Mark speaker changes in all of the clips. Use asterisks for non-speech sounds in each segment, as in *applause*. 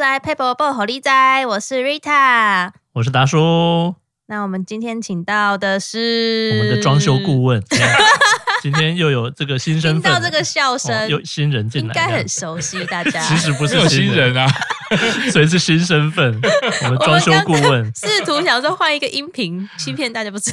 Speaker 1: 来 Paper 报好利仔，我是 Rita。
Speaker 2: 我是达叔，我
Speaker 1: 那我们今天请到的是
Speaker 2: 们的装修顾问。哎今天又有这个新身
Speaker 1: 嗯听
Speaker 2: 份
Speaker 1: 到
Speaker 2: 了，
Speaker 1: 这个笑
Speaker 2: 哦
Speaker 1: 声，
Speaker 2: 有新人进
Speaker 1: 应
Speaker 2: 来，
Speaker 1: 该
Speaker 2: 这样
Speaker 1: 很熟悉，大家
Speaker 2: *laughs* 其实不
Speaker 3: 没
Speaker 2: 是
Speaker 3: 有新
Speaker 2: *laughs*
Speaker 3: 人啊，
Speaker 2: 人，所以是新
Speaker 1: *laughs*
Speaker 2: 身份。我们装修顾问，
Speaker 1: 试图想说换一个音频欺骗大家，
Speaker 2: *laughs*
Speaker 1: 不是？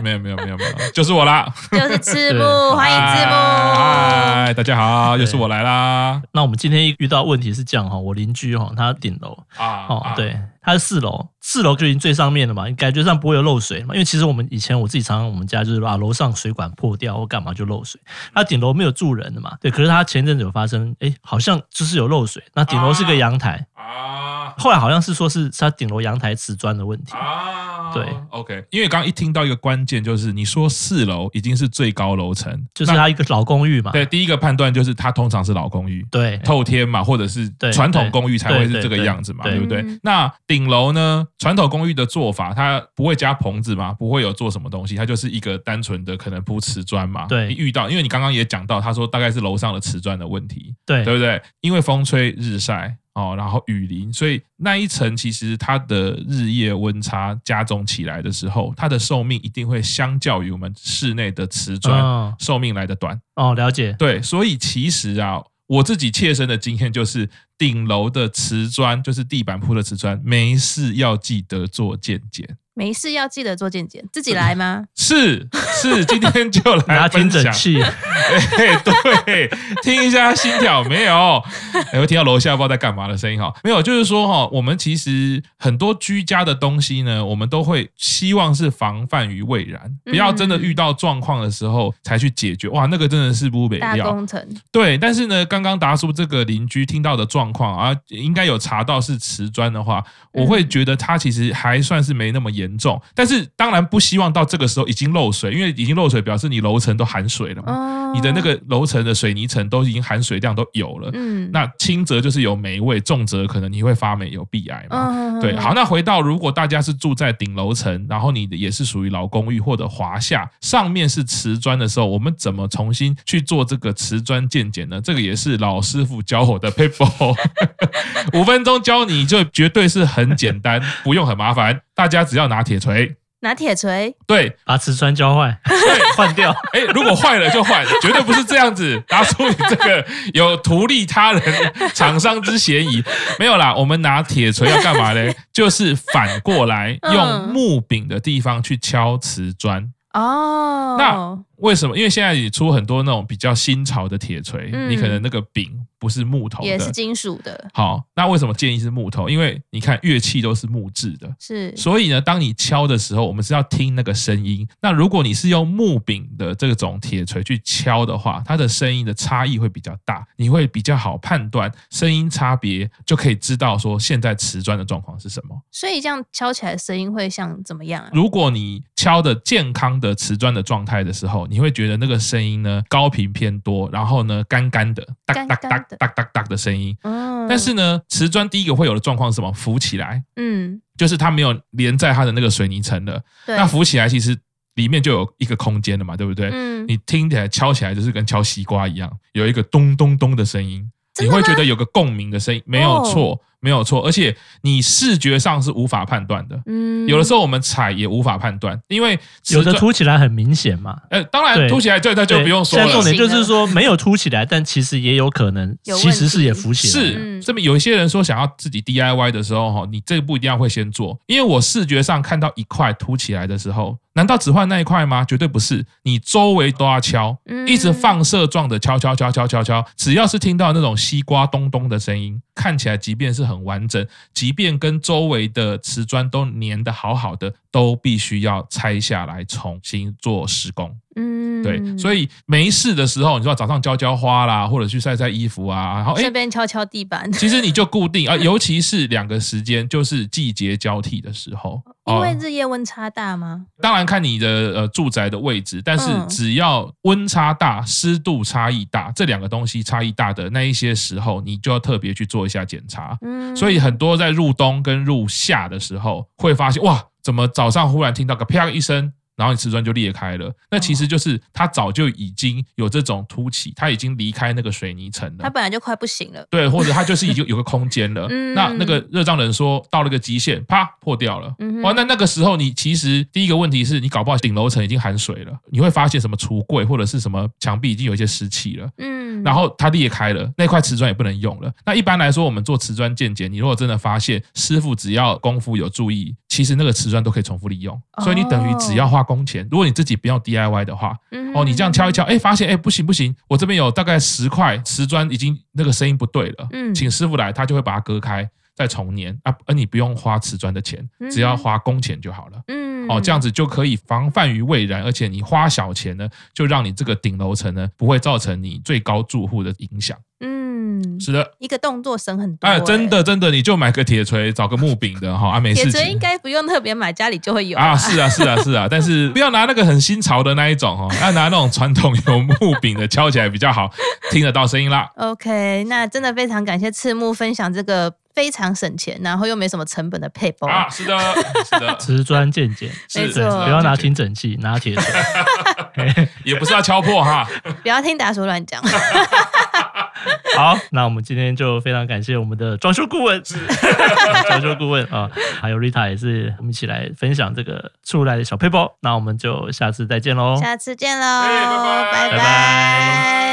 Speaker 3: 没有没有没有没有，就是我啦！
Speaker 1: 就是字幕，
Speaker 2: 对
Speaker 1: 欢迎字幕。
Speaker 3: 嗨，大家好，又是我来啦！
Speaker 2: 那我们今天遇到问题是这样哈，我邻居哈，他顶楼
Speaker 3: 啊，
Speaker 2: 哦
Speaker 3: 啊，
Speaker 2: 对，他是四楼，四楼就已经最上面了嘛，感觉上不会有漏水嘛。因为其实我们以前我自己常常我们家就是把楼上水管破掉或干嘛就漏水，他顶楼没有住人的嘛，对。可是他前阵子有发生，哎，好像就是有漏水。那顶楼是个
Speaker 3: 啊
Speaker 2: 阳台，
Speaker 3: 啊
Speaker 2: 后来好像是说是他顶楼阳台瓷砖的问题。
Speaker 3: 啊，
Speaker 2: 对
Speaker 3: ，OK，因为刚刚一听到一个关键就是你说四楼已经是最高楼层，
Speaker 2: 就是
Speaker 3: 那
Speaker 2: 他一个老公寓嘛，
Speaker 3: 对第一个判断就是它通常是老公寓。
Speaker 2: 对
Speaker 3: 透天嘛，或者是
Speaker 2: 对
Speaker 3: 传统公寓才会是这个样子嘛，
Speaker 2: 对
Speaker 3: 对
Speaker 2: 对
Speaker 3: 不对
Speaker 1: 嗯？
Speaker 3: 那顶楼呢？传统公寓的做法，它不会加棚子嘛，不会有做什么东西，它就是一个单纯的可能铺瓷砖嘛。
Speaker 2: 对
Speaker 3: 你遇到，因为你刚刚也讲到，他说大概是楼上的瓷砖的问题，
Speaker 2: 对嗯
Speaker 3: 对不对？因为风吹日晒。哦，然后雨淋，所以那一层其实它的日夜温差加重起来的时候，它的寿命一定会相较于我们室内的瓷砖、
Speaker 2: 嗯
Speaker 3: 寿命来的短。
Speaker 2: 哦，了解，
Speaker 3: 对，所以其实啊，我自己切身的经验就是，顶楼的瓷砖就是地板铺的瓷砖，没事要记得做健检。
Speaker 1: 没事要记得做健检，自己来吗？
Speaker 3: 是是，今天就
Speaker 2: 拿
Speaker 3: 来
Speaker 2: 听
Speaker 3: 分
Speaker 2: 诊
Speaker 3: 享。
Speaker 2: 器，
Speaker 3: 嘿对，听一下心跳没有？哎，我听到楼下不知道在干嘛的声音哈，没有，就是说哈，我们其实很多居家的东西呢，我们都会希望是防范于未然，不要真的遇到状况的时候才去解决。哇，那个真的是不北
Speaker 1: 大
Speaker 3: 料。
Speaker 1: 工程，
Speaker 3: 对，但是呢，刚刚达叔这个邻居听到的状况啊，应该有查到是瓷砖的话，我会
Speaker 1: 嗯
Speaker 3: 觉得他其实还算是没那么严重。但是当然不希望到这个时候已经漏水，因为已经漏水表示你楼层都含水了嘛，
Speaker 1: 哦
Speaker 3: 你的那，个楼层的水泥层都已经含水量都有了。
Speaker 1: 嗯
Speaker 3: 那轻则就是有霉味，重则可能你会发霉有鼻癌嘛。
Speaker 1: 嗯
Speaker 3: 对，好，，那回到如果大家是住在顶楼层，然后你的也是属于老公寓或者华夏，上面是瓷砖的时候，我们怎么重新去做这个瓷砖鉴检呢？这个也是老师傅教我的 paper，五分钟教你就绝对是很简单，不用很麻烦，大家只要拿铁锤。
Speaker 1: 拿铁锤，
Speaker 3: 对，
Speaker 2: *laughs* 把瓷砖交换， *laughs* 换掉，
Speaker 3: 哎，如果坏了就换，绝对不是这样子。拿出你这个有图利他人、厂商之嫌疑， *laughs* 没有啦。我们拿铁锤要干嘛
Speaker 1: *laughs*
Speaker 3: 呢？就是反过来
Speaker 1: 嗯
Speaker 3: 用木柄的地方去敲瓷砖。
Speaker 1: 哦，
Speaker 3: 那为什么？因为现在你出很多那种比较新潮的铁锤，
Speaker 1: 嗯
Speaker 3: 你可能那个柄不是木头
Speaker 1: 也是
Speaker 3: 的。
Speaker 1: 金属的，
Speaker 3: 好，那为什么建议是木头？因为你看乐器都是木质的，
Speaker 1: 是
Speaker 3: 所以呢，当你敲的时候，我们是要听那个声音。那如果你是用木柄的这种铁锤去敲的话，它的声音的差异会比较大，你会比较好判断声音差别，就可以知道说现在瓷砖的状况是什么。
Speaker 1: 所以这样敲起来声音会像怎么样啊？
Speaker 3: 如果你敲的健康的瓷砖的状态的时候，你会觉得那个声音呢高频偏多，然后呢干干的，哒哒哒
Speaker 1: 干干的
Speaker 3: 哒哒哒哒的声音。
Speaker 1: 嗯，
Speaker 3: 但是呢，瓷砖第一个会有的状况是什么？浮起来，
Speaker 1: 嗯，
Speaker 3: 就是它没有连在它的那个水泥层了。
Speaker 1: 对，
Speaker 3: 那浮起来其实里面就有一个空间了嘛，对不对？
Speaker 1: 嗯，
Speaker 3: 你听起来敲起来就是跟敲西瓜一样，有一个咚咚咚的声音，
Speaker 1: 真
Speaker 3: 你
Speaker 1: 的
Speaker 3: 会
Speaker 1: 吗
Speaker 3: 觉得有个共鸣的声音，没有
Speaker 1: 哦
Speaker 3: 错，没有错，而且你视觉上是无法判断的。
Speaker 1: 嗯，
Speaker 3: 有的时候我们踩也无法判断，因为
Speaker 2: 有的
Speaker 3: 瓷砖
Speaker 2: 凸起来很明显嘛。
Speaker 3: 呃，当
Speaker 2: 对
Speaker 3: 然凸起来这它就
Speaker 2: 对
Speaker 3: 不用说
Speaker 2: 现在重
Speaker 3: 了。
Speaker 2: 点就是说没有凸起来，但其实也有可能，
Speaker 1: 有
Speaker 2: 其实是也浮起来了。
Speaker 3: 是
Speaker 1: 嗯
Speaker 3: 这边有一些人说想要自己 DIY 的时候，哈，你这一步一定要会先做，因为我视觉上看到一块凸起来的时候，难道只换那一块吗？绝对不是，你周围都要敲，
Speaker 1: 嗯
Speaker 3: 一直放射状的敲敲敲敲敲敲，只要是听到那种西瓜咚咚的声音，看起来即便是很完整，即便跟周围的瓷砖都粘得好好的，都必须要拆下来重新做施工。
Speaker 1: 嗯，
Speaker 3: 对，所以没事的时候，你说早上浇浇花啦，或者去晒晒衣服啊，然后哎
Speaker 1: 顺。便敲敲地板，
Speaker 3: 其实你就固定啊，尤其是两个时间，就是季节交替的时候。
Speaker 1: 因
Speaker 3: 哦
Speaker 1: 为日夜温差大吗？
Speaker 3: 当然看你的呃住宅的位置，但是
Speaker 1: 嗯
Speaker 3: 只要温差大、湿度差异大，这两个东西差异大的那一些时候，你就要特别去做一下检查。
Speaker 1: 嗯，
Speaker 3: 所以很多在入冬跟入夏的时候，会发现哇，怎么早上忽然听到个啪一声，然后你瓷砖就裂开了。那其实就是它早就已经有这种凸起，它已经离开那个水泥层了
Speaker 1: 它。本来就快不行了。。
Speaker 3: 对，或者它就是已经有个空间了
Speaker 1: *laughs* 嗯
Speaker 3: 那那个热胀冷缩到了个极限，啪破掉了。
Speaker 1: 嗯哼
Speaker 3: 哇，那那个时候你其实第一个问题是你搞不好顶楼层已经含水了，你会发现什么橱柜或者是什么墙壁已经有一些湿气了。
Speaker 1: 嗯，
Speaker 3: 然后它裂开了，那块瓷砖也不能用了。那一般来说，我们做瓷砖鉴检，你如果真的发现师傅只要功夫有注意，其实那个瓷砖都可以重复利用。所以你等于只要花工钱，如果你自己不用 DIY 的话，
Speaker 1: 嗯
Speaker 3: 哦，你这样敲一
Speaker 1: 哼，
Speaker 3: 敲，哎，发现哎不行不行，我这边有大概十块瓷砖已经那个声音不对了，
Speaker 1: 嗯
Speaker 3: 请师傅来，他就会把它割开再重粘啊，而你不用花瓷砖的钱，
Speaker 1: 嗯
Speaker 3: 只要
Speaker 1: 哼
Speaker 3: 花工钱就好了。
Speaker 1: 嗯，
Speaker 3: 哦，这样子就可以防范于未然，而且你花小钱呢，就让你这个顶楼层呢不会造成你最高住户的影响。
Speaker 1: 嗯，
Speaker 3: 是的，
Speaker 1: 一个动作省很多、欸
Speaker 3: 哎，真。的真的，你就买个铁锤，找个木柄的哈，啊，没
Speaker 1: 铁
Speaker 3: 事
Speaker 1: 锤应
Speaker 3: 情。
Speaker 1: 该不用特别买，家里就会有
Speaker 3: 啊，是啊，是啊，是啊，但是不要拿那个很新潮的那一种哦，要拿那种传统有木柄的，敲起来比较好，听得到声音啦。
Speaker 1: OK，那真的非常感谢赤木分享这个非常省钱，然后又没什么成本的配包。
Speaker 3: 啊，是的，是的，
Speaker 2: 瓷砖见解，
Speaker 3: 是
Speaker 1: 没
Speaker 3: 是
Speaker 1: 错
Speaker 2: 对，
Speaker 3: 是
Speaker 2: 不要拿听诊器，拿铁锤。
Speaker 3: 也不是要敲破哈。
Speaker 1: 不要听达叔乱讲。
Speaker 2: *laughs* 好，那我们今天就非常感谢我们的装修顾问，装修顾问啊，还有 Rita 也是我们一起来分享这个出来的小配包。那我们就下次再见喽，
Speaker 1: 下次见喽，
Speaker 3: 哎拜
Speaker 1: 拜
Speaker 3: 拜
Speaker 2: 拜
Speaker 1: 拜